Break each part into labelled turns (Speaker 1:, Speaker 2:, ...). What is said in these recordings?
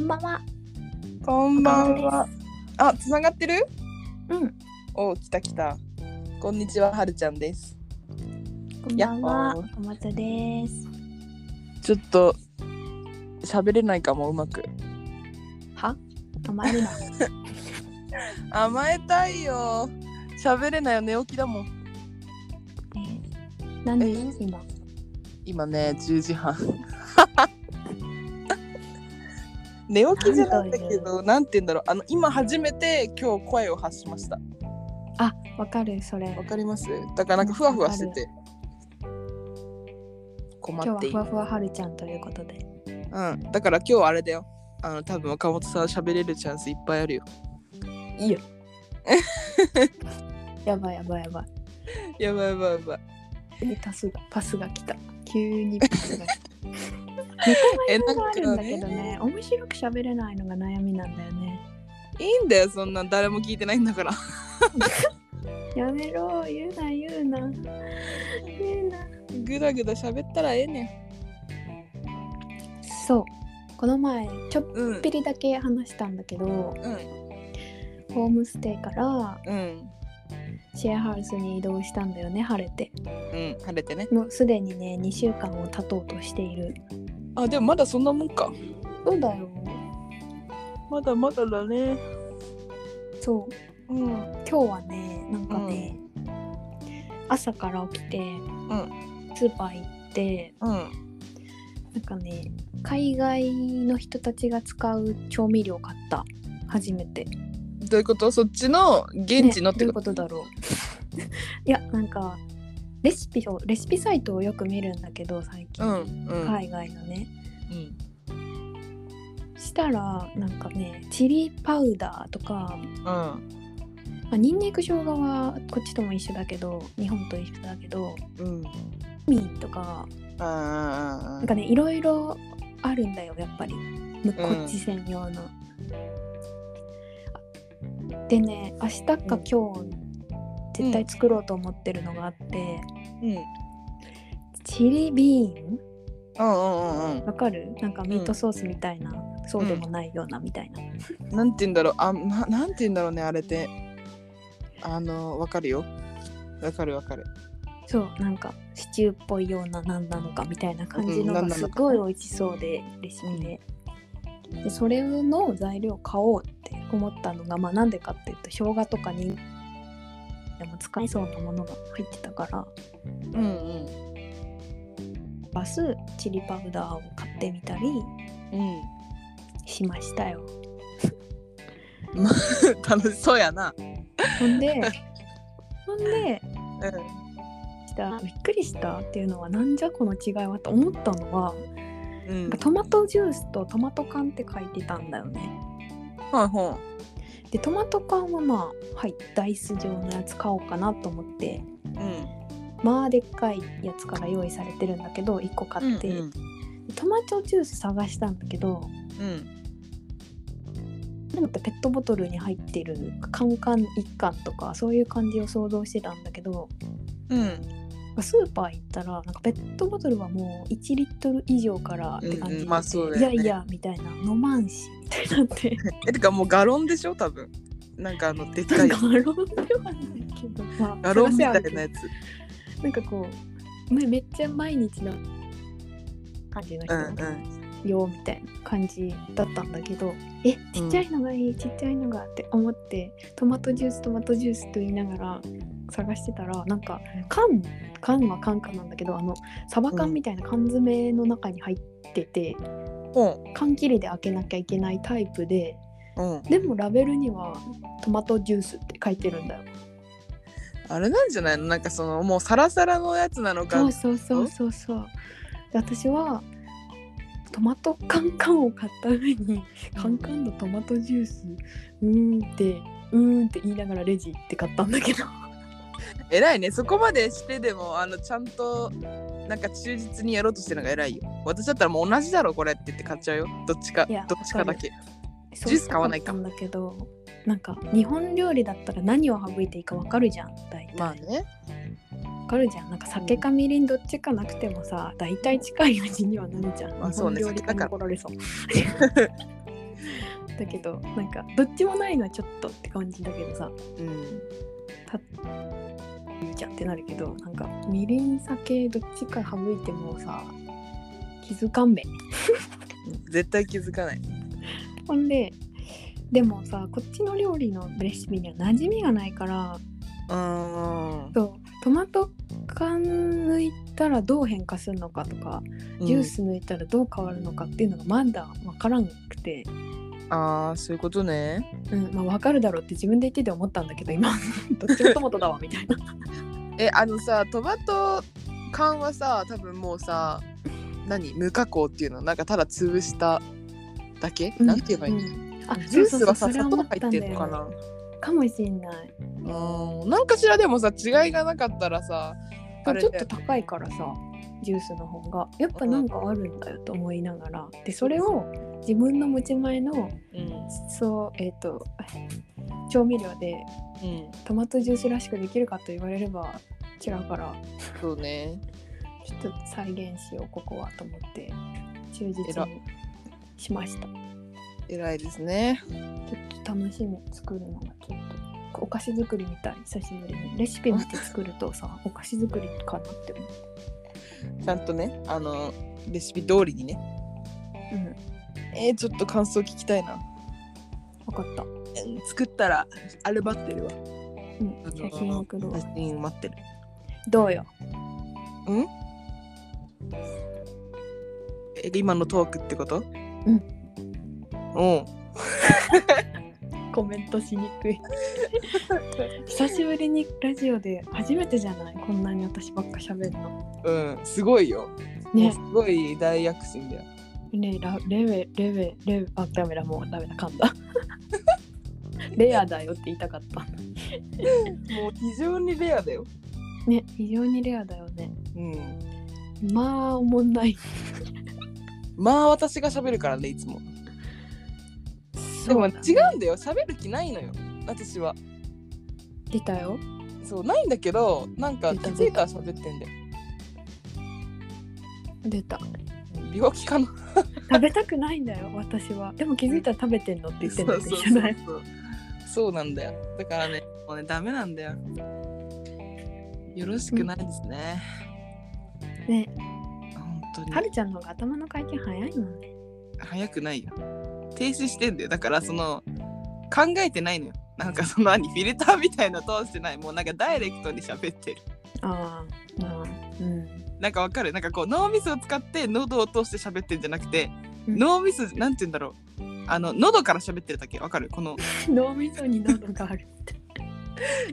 Speaker 1: んばんは。
Speaker 2: こんばんは。あ、つながってる
Speaker 1: うん。
Speaker 2: おー、来た来た。こんにちは、はるちゃんです。
Speaker 1: こんばん
Speaker 2: やっ
Speaker 1: は
Speaker 2: ほ。
Speaker 1: おもちゃです。
Speaker 2: ちょっと、喋れないかも、うまく。
Speaker 1: は甘え るな。
Speaker 2: 甘えたいよ。喋れないよ、寝起きだもん。
Speaker 1: えー、何時今。
Speaker 2: 今ね、10時半。 寝起きじゃないんだけど、なんて言うんだろう。あの、今初めて今日声を発しました。
Speaker 1: あ、わかる、それ
Speaker 2: わ。かりますだからなんかふわふわしてて。困
Speaker 1: 今日
Speaker 2: っ
Speaker 1: は
Speaker 2: てい
Speaker 1: ふ
Speaker 2: る
Speaker 1: わ。ふわはるちゃんということで。
Speaker 2: うん、だから今日あれだよ。あの多分岡本さんは喋れるチャンスいっぱいあるよ。
Speaker 1: いいよ。やばいやばいやばい。
Speaker 2: やばいやばいやばい。
Speaker 1: えパスが、パスが来た。急 にパスが来た。
Speaker 2: え、
Speaker 1: そ
Speaker 2: な
Speaker 1: れがあるん
Speaker 2: んか
Speaker 1: だけ
Speaker 2: ね、
Speaker 1: どね、面白く喋れないのが悩みなんだよね。
Speaker 2: いいんだよ、そんなん誰も聞いてないんだから。
Speaker 1: やめろ、言うな言うな。言うな。
Speaker 2: ぐだぐだ喋ったらええね
Speaker 1: そう。この前、ちょっ
Speaker 2: ん。うん
Speaker 1: ぴ。りだけ話したんだけど、
Speaker 2: うん。
Speaker 1: ホームステイから
Speaker 2: うん。
Speaker 1: シェアハウスに移動したんだよね晴れて
Speaker 2: うん。晴れてね。
Speaker 1: もうすでにね2週間を経とうとしている
Speaker 2: あ、でもまだそんなもんか。
Speaker 1: そうだよ
Speaker 2: まだまだだね。
Speaker 1: そう
Speaker 2: うん。
Speaker 1: 今日はねなんかね、朝から起きて、スーパー行って
Speaker 2: うん。
Speaker 1: なんかね海外の人たちが使う調味料買った初めて
Speaker 2: どういうことそっちの現地のっ
Speaker 1: ねど
Speaker 2: て
Speaker 1: ういう
Speaker 2: こと、
Speaker 1: ことだろう いやなんかレシピをレシピサイトをよく見るんだけど最近、
Speaker 2: うん。うん。い。
Speaker 1: 海外のね
Speaker 2: うん。
Speaker 1: したらなんかねチリパウダーとか、
Speaker 2: うん。
Speaker 1: まあ、ニンニク生姜はこっちとも一緒だけど日本と一緒だけど
Speaker 2: うん。
Speaker 1: ミンとか
Speaker 2: あ
Speaker 1: なんかねいろいろあるんだよやっぱりむこっち専用の。でね明日か今日、絶対作ろうと思ってるのがあって、
Speaker 2: うん。うん。
Speaker 1: チリビーン
Speaker 2: うんうんうん
Speaker 1: わかるなんかミートソースみたいな、そうでもないようなみたいな。
Speaker 2: うん。なんて言うんだろう。あ、ななんて言うんだろうね、あれって。あの、わかるよ。わかるわかる。
Speaker 1: そうなんかシチューっぽいような何なのかみたいな感じの
Speaker 2: うん何
Speaker 1: が
Speaker 2: なの
Speaker 1: す
Speaker 2: か
Speaker 1: ごい美味しそうでレシピで,、でそれの材料買おうって思ったのがまあなんでかっていうと生姜とかにでも使えそうなものが入ってたから
Speaker 2: うんうん。
Speaker 1: バスチリパウダーを買ってみたり
Speaker 2: うん。
Speaker 1: しましたよ
Speaker 2: 楽しそうやな。
Speaker 1: ほん でほんで
Speaker 2: う
Speaker 1: したびっくりしたっていうのはなんじゃこの違いはと思ったのは
Speaker 2: ん。うん
Speaker 1: なんか。トマトジュースとトマト缶って書いてたんだよね
Speaker 2: はいは
Speaker 1: でトマト缶はまあはいダイス状のやつ買おうかなと思って
Speaker 2: い。うん。
Speaker 1: まあでっかいやつから用意されてるんだけど1個買って、
Speaker 2: うん
Speaker 1: トマトジュース探したんだけど
Speaker 2: うん。
Speaker 1: でもってペットボトルに入ってるカンカン1缶とかそういう感じを想像してたんだけど
Speaker 2: うん。
Speaker 1: スーパー行ったらなんかペットボトルはもう1リットル以上からって感じ
Speaker 2: うん
Speaker 1: で、
Speaker 2: うんまあそうだ
Speaker 1: いや
Speaker 2: よね
Speaker 1: いやみたいな飲まんしみたいにな って
Speaker 2: え、てかもうガロンでしょ、多分。なんかあの、でっかい
Speaker 1: ガ。ロンではないけど、まあ
Speaker 2: ガロンみた
Speaker 1: 探せ
Speaker 2: いな
Speaker 1: ばある
Speaker 2: やつ。
Speaker 1: けどなんかこうめめっちゃ毎日の感じの人、
Speaker 2: うんうん。
Speaker 1: よみたいな感じだったんだけどえちっちゃいのがいい、ちっちゃいのがって思ってトマトジューストマトジュースと言いながら探してたらなんか缶缶は缶缶なんだけどあのサバ缶みたいな缶詰の中に入ってて、
Speaker 2: ほ
Speaker 1: 缶切りで開けなきゃいけないタイプで
Speaker 2: う。うん。
Speaker 1: でもラベルにはトマトジュースって書いてるんだよ。
Speaker 2: あれなんじゃないの、なんかその、もうサラサラのやつなのか
Speaker 1: そう。そうそうそうそうで私はトマトカンカンを買った上にカンカンのトマトジュースうーんってうーんって言いながらレジ行って買ったんだけど
Speaker 2: 偉いね、そこまでしてでも、あの、ちゃんと。なんか忠実にやろうとしてるのが偉いよ。私だったらもう同じだろこれって言って買っちゃうよ。どっちか、
Speaker 1: いや
Speaker 2: どっちかだけ。
Speaker 1: そう
Speaker 2: ジュース買わないか
Speaker 1: 買ったんだけどなんか日本料理だったら何を省いていいかわかるじゃん大体、
Speaker 2: まあね。
Speaker 1: わかるじゃんなんか酒かみりんどっちかなくてもさ大体近い味にはなるじゃん、
Speaker 2: まあそうね
Speaker 1: 日本料理家
Speaker 2: 酒だ
Speaker 1: に
Speaker 2: から
Speaker 1: 怒られそうだけどなんかどっちもないのはちょっとって感じだけどさ
Speaker 2: うん
Speaker 1: ゆうちゃんってなるけどなんかみりん酒どっちか省いてもさ気づかんべ
Speaker 2: 絶対気づかない
Speaker 1: ほんででもさこっちの料理のレシピには馴染みがないから
Speaker 2: うん
Speaker 1: そうトマト缶抜いたらどう変化するのかとか、ジュース抜いたらどう変わるのかっていうのがまだ分からんくて、
Speaker 2: ああそういうことね
Speaker 1: うんまあ、分かるだろうって自分で言ってて思ったんだけど 今どっちもトマトだわみたいな。
Speaker 2: えあのさトマト缶はさ多分もうさ何無加工っていうのなんかただ潰しただけ、
Speaker 1: うん
Speaker 2: なんて言えばいいの、
Speaker 1: うんあ
Speaker 2: ジュースはさ
Speaker 1: そうそうそうそれ
Speaker 2: 砂
Speaker 1: は
Speaker 2: 糖
Speaker 1: 思
Speaker 2: 入
Speaker 1: ったんだ
Speaker 2: って
Speaker 1: よ
Speaker 2: るのかな
Speaker 1: かもしんない。
Speaker 2: うんなんかしらでもさ違いがなかったらさあれ
Speaker 1: ちょっ
Speaker 2: だよ
Speaker 1: と高いからさジュースの方がやっぱなんかあるんだよと思いながらでそれを自分の持ち前の
Speaker 2: うん
Speaker 1: そうえっ、と調味料で
Speaker 2: うん
Speaker 1: トマトジュースらしくできるかと言われれば違うから
Speaker 2: そうね
Speaker 1: ちょっと再現しようここはと思って忠実にしましたち
Speaker 2: 偉いですね
Speaker 1: ょっと楽しみ作るのがちょっとお菓子作りみたい久しぶりにレシピ見て作ると さお菓子作りかなって思
Speaker 2: ちゃんとねあのレシピ通りにね
Speaker 1: ううん
Speaker 2: えー、ちょっと感想聞きたいな
Speaker 1: 分かった、う
Speaker 2: えー作ったらあれ待ってるわ
Speaker 1: ん、写真送るわ
Speaker 2: 写真待ってる
Speaker 1: どうよ
Speaker 2: え今のトークってこと
Speaker 1: うん
Speaker 2: うん
Speaker 1: コメントしにくい 久しぶりにラジオで初めてじゃないこんなに私ばっか喋るの
Speaker 2: うんすごいよ、もう
Speaker 1: ね
Speaker 2: すごい大躍進だよ
Speaker 1: ねラレベレベレベあダメだもうダメだ噛んだ レアだよって言いたかった
Speaker 2: もう非常にレアだよ
Speaker 1: ね非常にレアだよね
Speaker 2: うん
Speaker 1: まあおもんない
Speaker 2: まあ私が喋るからねいつもでも違うんだよ喋る気ないのよ私は
Speaker 1: 出たよ
Speaker 2: そうないんだけどなんか
Speaker 1: 出
Speaker 2: 気
Speaker 1: た
Speaker 2: づいたら喋ってんだよ
Speaker 1: 出た
Speaker 2: 病気かな
Speaker 1: 食べたくないんだよ 私はでも気づいたら食べてんのって言ってんだけどいいじゃない
Speaker 2: そうそうなんだよだからねもうねダメなんだよよろしくないですね、
Speaker 1: ね
Speaker 2: 本当に
Speaker 1: はるちゃんの方が頭の回転早いもんね
Speaker 2: 早くないよ停止してんだよだからその考えてないのよなんかその何フィルターみたいなの通してないもうなんかダイレクトに喋ってる
Speaker 1: ああああうん
Speaker 2: なんかわかるなんかこう脳みそを使って喉を通して喋ってんじゃなくて、
Speaker 1: うん
Speaker 2: 脳みそなんて言うんだろうあの喉から喋ってるだけわかるこの
Speaker 1: 脳みそに喉があ るって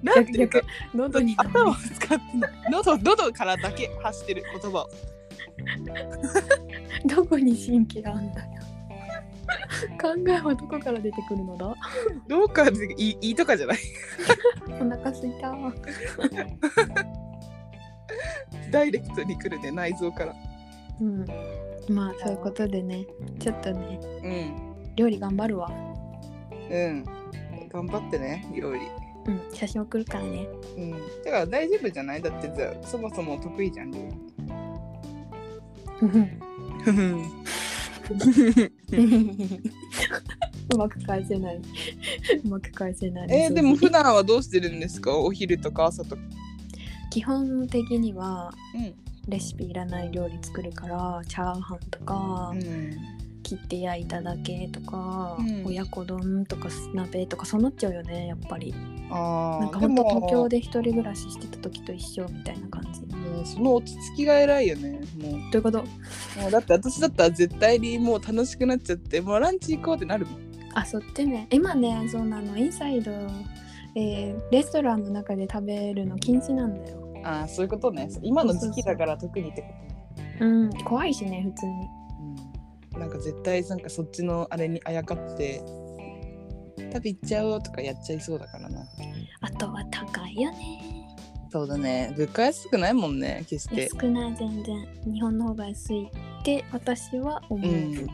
Speaker 2: なんていうか
Speaker 1: 逆喉に
Speaker 2: 頭を使ってない喉喉からだけ発してる言葉を
Speaker 1: どこに神経あんだよ考えはどこから出てくるのだ
Speaker 2: どうかでいいいとかじゃない
Speaker 1: お腹すいた
Speaker 2: ダイレクトに来るね内臓から
Speaker 1: うんまあそういうことでねちょっとね
Speaker 2: うん
Speaker 1: 料理頑張るわ
Speaker 2: うん頑張ってね料理
Speaker 1: うん写真送るからね
Speaker 2: うんだから大丈夫じゃないだってさそもそも得意じゃん料
Speaker 1: うん
Speaker 2: 理
Speaker 1: うまく返せないうまく返せない
Speaker 2: えーでも普段はどうしてるんですかお昼とか朝とか
Speaker 1: 基本的には
Speaker 2: うん
Speaker 1: レシピいらない料理作るからチャーハンとか、
Speaker 2: うん
Speaker 1: 切って焼いただけとか、
Speaker 2: うん
Speaker 1: 親子丼とか鍋とかそうなっちゃうよねやっぱり
Speaker 2: あ
Speaker 1: なん
Speaker 2: あ
Speaker 1: かほんと東京で
Speaker 2: で
Speaker 1: 一人暮らししてた時と一緒みたいな感じど
Speaker 2: もうんその落ち着きが偉いよねもう
Speaker 1: ういうこと
Speaker 2: もうだって私だったら絶対にもう楽しくなっちゃってもうランチ行こうってなるもん
Speaker 1: あそっちね今ねそうなのインサイド、えーレストランの中で食べるの禁止なんだよ
Speaker 2: ああそういうことね今の時期だから特にってことね
Speaker 1: うん怖いしね普通に
Speaker 2: うんなんか絶対なんかそっちのあれにあやかって食べ行っちゃおうとかやっちゃいそうだからな
Speaker 1: あとは高いよね
Speaker 2: そうだね物価安くないもんね決して
Speaker 1: 安くない全然日本の方が安いって私は思
Speaker 2: う
Speaker 1: う、
Speaker 2: ん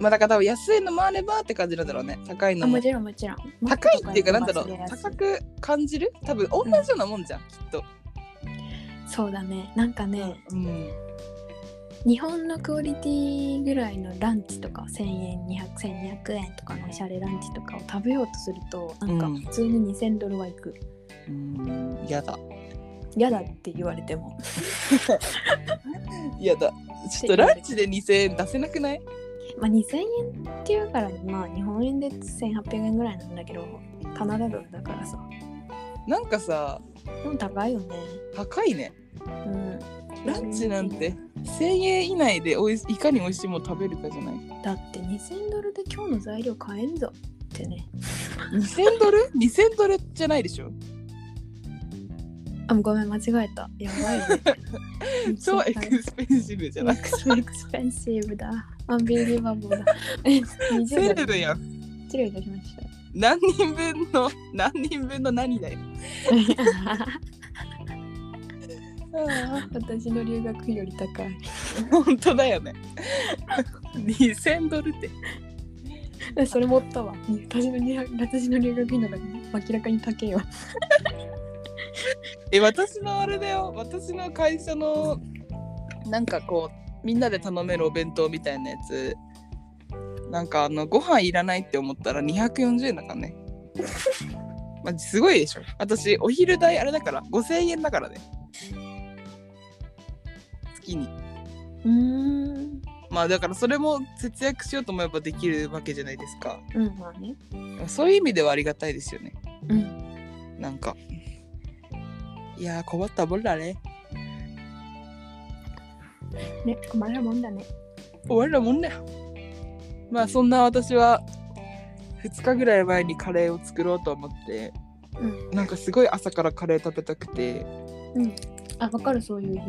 Speaker 2: まあだから多分安いのもあればって感じなんだろうね高い
Speaker 1: あ
Speaker 2: のも
Speaker 1: もちろんもちろん
Speaker 2: 高いっていうかなんだろう
Speaker 1: もっと高い方が
Speaker 2: 高
Speaker 1: 安い
Speaker 2: く感じる多分同じようなもんじゃん、きっと
Speaker 1: そうだねなんかね、
Speaker 2: うん
Speaker 1: 日本のクオリティぐらいのランチとか1,000円2001200円とかのおしゃれランチとかを食べようとするとなんか
Speaker 2: うん
Speaker 1: 普通に2,000ドルはいく
Speaker 2: うんやだ
Speaker 1: 嫌だって言われても
Speaker 2: やだちょっとランチで2000円出せなくない
Speaker 1: まあ2,000円っていうからまあ日本円で1,800円ぐらいなんだけどカナダドルだからさ
Speaker 2: なんかさ
Speaker 1: でも高いよね
Speaker 2: 高いね
Speaker 1: うん
Speaker 2: ランチなんて1000円以内でおいいかに美味しいもの食べるかじゃない
Speaker 1: だって2,000ドルで今日の材料買えんぞってね
Speaker 2: 2000ドル ?2000 ドルじゃないでしょ
Speaker 1: あごめん間違えたやばいね
Speaker 2: 超エクスペンシブじゃない
Speaker 1: エクスエクスペンシブだ。アンビリバボーだ。え、
Speaker 2: セ
Speaker 1: 20
Speaker 2: レ
Speaker 1: ド
Speaker 2: ブ
Speaker 1: ル
Speaker 2: やん
Speaker 1: 失礼いたしました。
Speaker 2: 何人分の何人分の何だよ
Speaker 1: 私の留学費より高い。
Speaker 2: 本当だよね2000ドルって
Speaker 1: えそれ持ったわ。私の留学私の留学費の方が明らかに高いわ。
Speaker 2: え私のあれだよ私の会社のなんかこうみんなで頼めるお弁当みたいなやつなんかあのご飯いらないって思ったら240円だからねまあすごいでしょ私お昼代あれだから5000円だからね月に
Speaker 1: うーん。
Speaker 2: まあだからそれも節約しようと思えばできるわけじゃないですか
Speaker 1: うん、まあね。
Speaker 2: そういう意味ではありがたいですよね
Speaker 1: うん。
Speaker 2: なんかいやー困ったもんだね
Speaker 1: ね、困るもんだね。
Speaker 2: 終わるもんだよまあそんな私は2日ぐらい前にカレーを作ろうと思って
Speaker 1: うん。
Speaker 2: なんかすごい朝からカレー食べたくて
Speaker 1: あ、わかる、そういう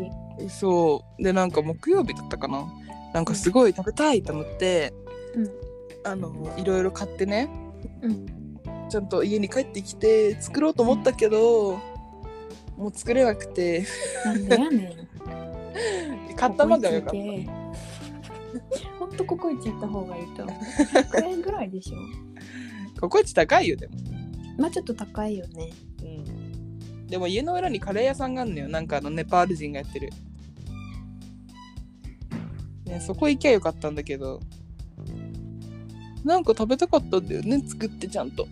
Speaker 1: 日。
Speaker 2: そうでなんか木曜日だったかななんかすごい食べたいと思って
Speaker 1: う
Speaker 2: あのいろいろ買ってね
Speaker 1: ん。うん。
Speaker 2: ちゃんと家に帰ってきて作ろうと思ったけどもう作れなくて
Speaker 1: なんでやねん。
Speaker 2: 買ったまではよかった
Speaker 1: た。ほんとココイチ行った方がいいと思う。100円ぐらいでしょ。
Speaker 2: ココイチ高いよでも、
Speaker 1: まあちょっと高いよね。
Speaker 2: でも家の裏にカレー屋さんがあるのよなんかあのネパール人がやってる、ね、そこ行きゃよかったんだけどなんか食べたかったんだよね作ってちゃんと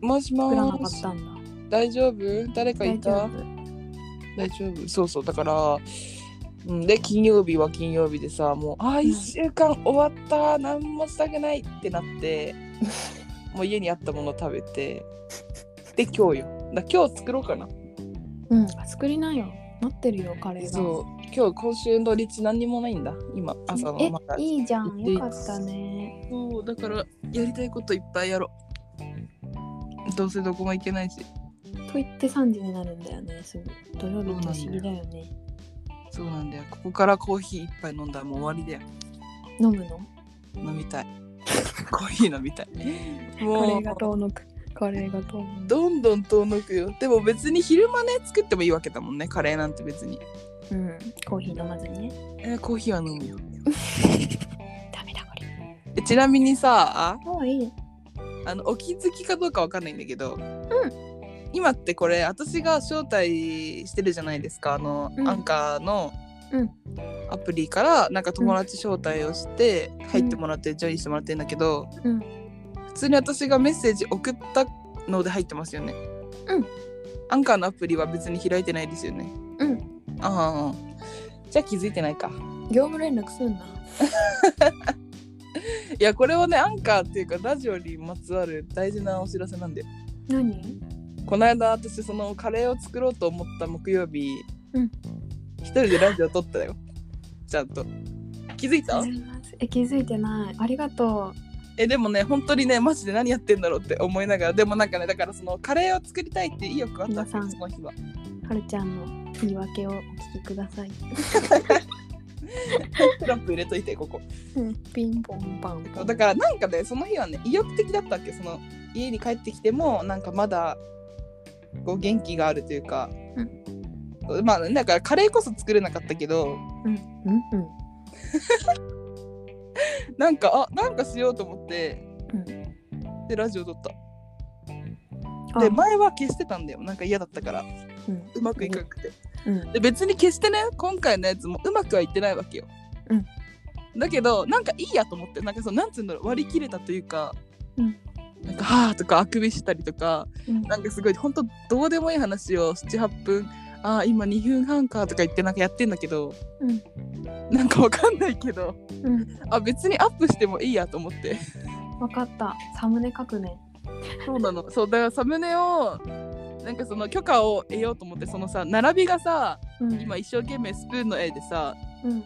Speaker 2: もし
Speaker 1: 作らな
Speaker 2: も
Speaker 1: か
Speaker 2: ー
Speaker 1: っ
Speaker 2: した
Speaker 1: んだ。
Speaker 2: 大丈夫誰かい
Speaker 1: 大
Speaker 2: た
Speaker 1: 丈夫。
Speaker 2: 大丈夫そうそうだから、うん、で金曜日は金曜日でさもうあ
Speaker 1: うん
Speaker 2: 1週間終わった何もしたくないってなってもう家にあったもの食べてで今日よだ今日作ろうかな
Speaker 1: うん、作りなよ。待ってるよ、カレーが。
Speaker 2: そう今日今週のリチ何にもないんだ今朝の
Speaker 1: え
Speaker 2: また、
Speaker 1: いいじゃん。
Speaker 2: 行って
Speaker 1: よかったね。
Speaker 2: そうだからやりたいこといっぱいやろうどうせどこも行けないし
Speaker 1: と言って3時になるんだよね、すぐ。土曜日って不思議だよね。
Speaker 2: そうなんだよここからコーヒー一杯飲んだらもう終わりだよ
Speaker 1: 飲むの
Speaker 2: 飲みたい コーヒー飲みたい
Speaker 1: カレ
Speaker 2: も
Speaker 1: ーが
Speaker 2: う
Speaker 1: 遠のく。カレーが遠のく。
Speaker 2: どんどん遠のくよでも別に昼間ね作ってもいいわけだもんねカレーなんて別に、
Speaker 1: うん、コーヒー飲まずにね。
Speaker 2: えーコーヒーは飲むよ
Speaker 1: ダメだ、これ。
Speaker 2: えちなみにさ
Speaker 1: かわいい。
Speaker 2: あのお気づきかどうかわかんないんだけど、今ってこれ私が招待してるじゃないですかあの、
Speaker 1: うん
Speaker 2: アンカーの
Speaker 1: うん
Speaker 2: アプリからなんか友達招待をして入ってもらってジョインしてもらってるんだけど、
Speaker 1: うん
Speaker 2: 普通に私がメッセージ送ったので入ってますよね
Speaker 1: うん
Speaker 2: アンカーのアプリは別に開いてないですよね
Speaker 1: うん。
Speaker 2: ああじゃあ気づいてないか
Speaker 1: 業務連絡すんな。
Speaker 2: いやこれはねアンカーっていうかラジオにまつわる大事なお知らせなんで
Speaker 1: 何
Speaker 2: この間私そのカレーを作ろうと思った木曜日、
Speaker 1: うん
Speaker 2: 一人でラジオ撮ったよちゃんと気づいた
Speaker 1: すいませんえ、気づいてない。ありがと
Speaker 2: えでもね本当にねマジで何やってんだろうって思いながらでもなんかねだからそのカレーを作りたいっていう意欲があったわけ
Speaker 1: 皆さん
Speaker 2: その日は
Speaker 1: う。はるちゃんの言い訳をお聞きください。
Speaker 2: テロップ入れといてここ
Speaker 1: うん、ピンポンパンポン。
Speaker 2: だからなんかねその日はね意欲的だったわけその家に帰ってきてもなんかまだこう元気があるというか、まあだからカレーこそ作れなかったけど
Speaker 1: うん、うん、うん。
Speaker 2: なんかあなんかしようと思って、
Speaker 1: うん
Speaker 2: でラジオ撮った
Speaker 1: あ
Speaker 2: で前は消してたんだよなんか嫌だったから
Speaker 1: うん
Speaker 2: うまくいかなくて
Speaker 1: うん
Speaker 2: で別に決してね今回のやつもうまくはいってないわけよ、
Speaker 1: うん
Speaker 2: だけどなんかいいやと思ってなんかそのなんつうんだろう割り切れたというか、
Speaker 1: うん
Speaker 2: なんか「はあ」とかあくびしたりとか
Speaker 1: うん
Speaker 2: なんかすごい本当どうでもいい話を78分「ああ今2分半か」とか言ってなんかやってんだけど、
Speaker 1: うん
Speaker 2: なんかわかんないけど
Speaker 1: うん
Speaker 2: あ別にアップしてもいいやと思って
Speaker 1: わかったサムネ書くね
Speaker 2: そうなのそうだからサムネをなんかその許可を得ようと思ってそのさ並びがさ
Speaker 1: うん
Speaker 2: 今一生懸命スプーンの絵でさ
Speaker 1: うん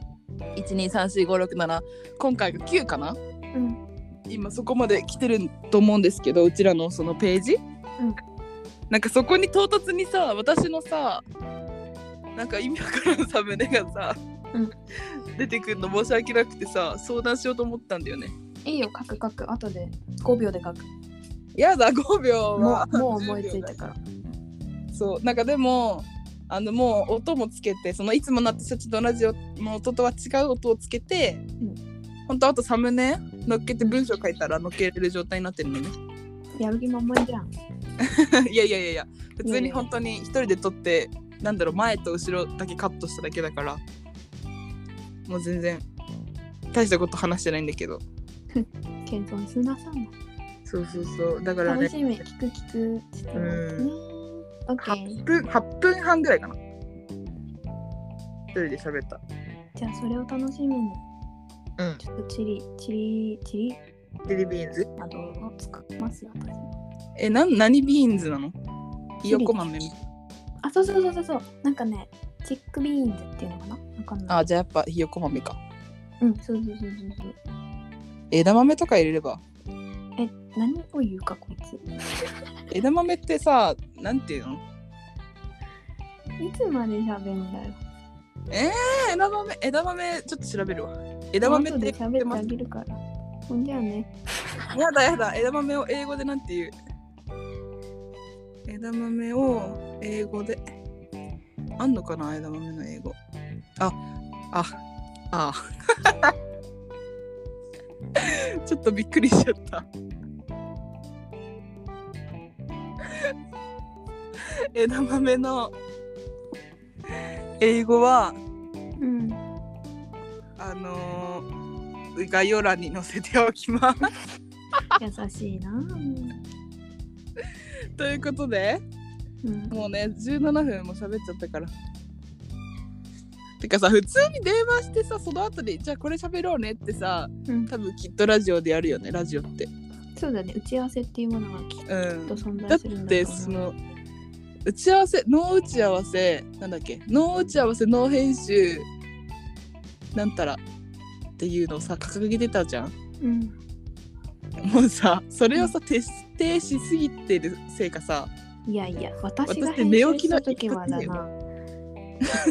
Speaker 2: 123456今回が9かな
Speaker 1: うん
Speaker 2: 今そこまで来てると思うんですけどうちらのそのページ、
Speaker 1: うん
Speaker 2: なんかそこに唐突にさ私のさなんか意味わからんサムネがさ、
Speaker 1: うん
Speaker 2: 出てくるの申し訳なくてさ相談しようと思ったんだよね
Speaker 1: いいよ書く書く後で5秒で書く
Speaker 2: やだ5秒
Speaker 1: も
Speaker 2: は
Speaker 1: うもう思いついたから
Speaker 2: そうなんかでもあのもう音もつけてそのいつもの私たちと同じ音もう音とは違う音をつけて、
Speaker 1: うん
Speaker 2: ほんとあとサムネ乗っけて文章書いたら乗っけれる状態になってるの ね
Speaker 1: やる気満々じゃん
Speaker 2: いやいやいやいや普通に本当に一人で撮ってなんだろう前と後ろだけカットしただけだからもう全然大したこと話してないんだけど
Speaker 1: 謙遜すなさん
Speaker 2: そうそうそうだか
Speaker 1: だ
Speaker 2: ら
Speaker 1: 楽
Speaker 2: ね
Speaker 1: しみ聞く聞くちょっと待ってねオッケー
Speaker 2: 8分8分半ぐらいかな一人で喋った
Speaker 1: じゃあそれを楽しみに
Speaker 2: うん
Speaker 1: ちょっとチリチリチリ
Speaker 2: テレビーンズ
Speaker 1: などを作りますよ私
Speaker 2: え、なん何ビーンズなのひよこ豆
Speaker 1: あそうそうそうそうそうなんかねチックビーンズっていうのかなわかんない
Speaker 2: あ、じゃあやっぱひよこ豆か。
Speaker 1: うんそうそうそうそうそう
Speaker 2: 枝豆とか入れれば。
Speaker 1: え何を言うかこいつ
Speaker 2: 枝豆ってさ、なんていうの
Speaker 1: いつまで喋んだよ
Speaker 2: え枝豆、枝豆、ちょっと調べるわ。枝
Speaker 1: 後
Speaker 2: 豆
Speaker 1: で
Speaker 2: って言って
Speaker 1: 喋って
Speaker 2: ま
Speaker 1: あ
Speaker 2: す。
Speaker 1: げるからほんじゃあね
Speaker 2: やだやだ、枝豆を英語でなんて言う。枝豆を英語で。あんのかな、枝豆の英語。あ、あ、あ。 ちょっとびっくりしちゃった。枝豆の英語は、
Speaker 1: うん
Speaker 2: あのー概要欄に載せておきます。
Speaker 1: 優しいなうん
Speaker 2: ということで。
Speaker 1: うん
Speaker 2: もうね17分も喋っちゃったから。てかさ普通に電話してさその後にじゃあこれ喋ろうねってさ
Speaker 1: うん
Speaker 2: 多分きっとラジオでやるよねラジオって。
Speaker 1: そうだね打ち合わせっていうものがきっ
Speaker 2: うん
Speaker 1: と、存
Speaker 2: だ
Speaker 1: 在
Speaker 2: っ
Speaker 1: するんだろう
Speaker 2: て
Speaker 1: な
Speaker 2: その打ち合わせノー打ち合わせなんだっけノー打ち合わせノー編集なんたらっていうのをさ掲げてたじゃん。
Speaker 1: うん
Speaker 2: もうさそれをさ徹底しすぎてるせいかさ
Speaker 1: いやいや私が
Speaker 2: 私って
Speaker 1: 編
Speaker 2: 寝
Speaker 1: 集
Speaker 2: 起き
Speaker 1: し
Speaker 2: の
Speaker 1: た
Speaker 2: 一
Speaker 1: 時は
Speaker 2: 発
Speaker 1: だ
Speaker 2: 目よ
Speaker 1: な結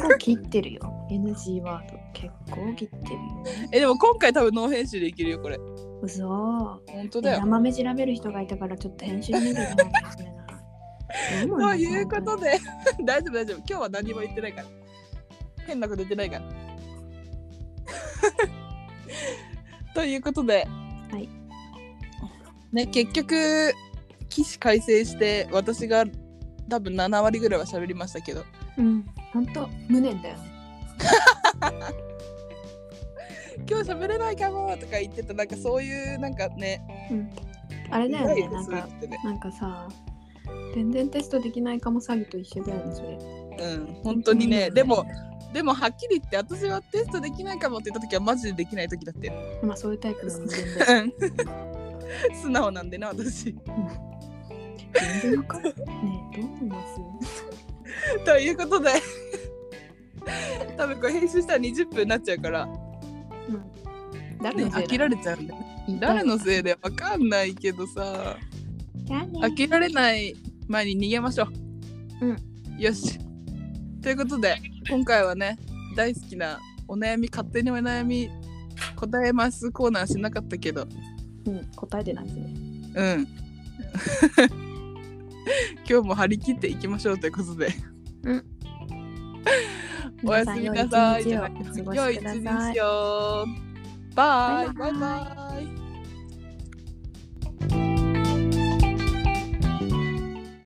Speaker 1: 構切ってるよ NG ワード結構切ってるよ
Speaker 2: えでも今回多分ノー編集できるよこれ。
Speaker 1: 嘘ー
Speaker 2: 本当だよ。
Speaker 1: 枝豆調べる人がいたからちょっと編集見るかもしれない。ど
Speaker 2: と
Speaker 1: 思
Speaker 2: いうことで 大丈夫大丈夫今日は何も言ってないから変なこと言ってないから ということで、
Speaker 1: い
Speaker 2: ね、結局起死回生して私が多分7割ぐらいは喋りましたけど
Speaker 1: うん、本当無念だよね。
Speaker 2: 今日喋れないかもとか言ってたなんかそういうなんかね
Speaker 1: うん、あれだよね、なん
Speaker 2: そういう
Speaker 1: か
Speaker 2: の、ってね
Speaker 1: なんかさ、全然テストできないかも詐欺と一緒だよね、それ。
Speaker 2: うん本当にね
Speaker 1: うん
Speaker 2: でもでもはっきり言って私はテストできないかもって言った時はマジでできない時だって
Speaker 1: まあそういうタイプの人間 で。
Speaker 2: うん素直なんでな私。
Speaker 1: 全然わかる。ねえ、どう思います
Speaker 2: ということで多分これ編集したら20分になっちゃうから、ね、
Speaker 1: うん。誰のせ
Speaker 2: 飽
Speaker 1: い
Speaker 2: き
Speaker 1: だ
Speaker 2: られちゃうんだよね
Speaker 1: 言いたい
Speaker 2: 誰のせいでわかんないけどさ
Speaker 1: じゃあね
Speaker 2: 飽きられない前に逃げましょう。よし。ということで今回はね大好きなお悩み勝手にお悩み答えますコーナーしなかったけど
Speaker 1: うん、答えてないですね。
Speaker 2: うん 今日も張り切っていきましょうということで。 おやすみなさい。
Speaker 1: 皆さん良い一日をお過ご
Speaker 2: 良い
Speaker 1: し
Speaker 2: 一
Speaker 1: ください
Speaker 2: 日。を。バイ
Speaker 1: バイ
Speaker 2: バ
Speaker 1: バイ
Speaker 2: イバイ。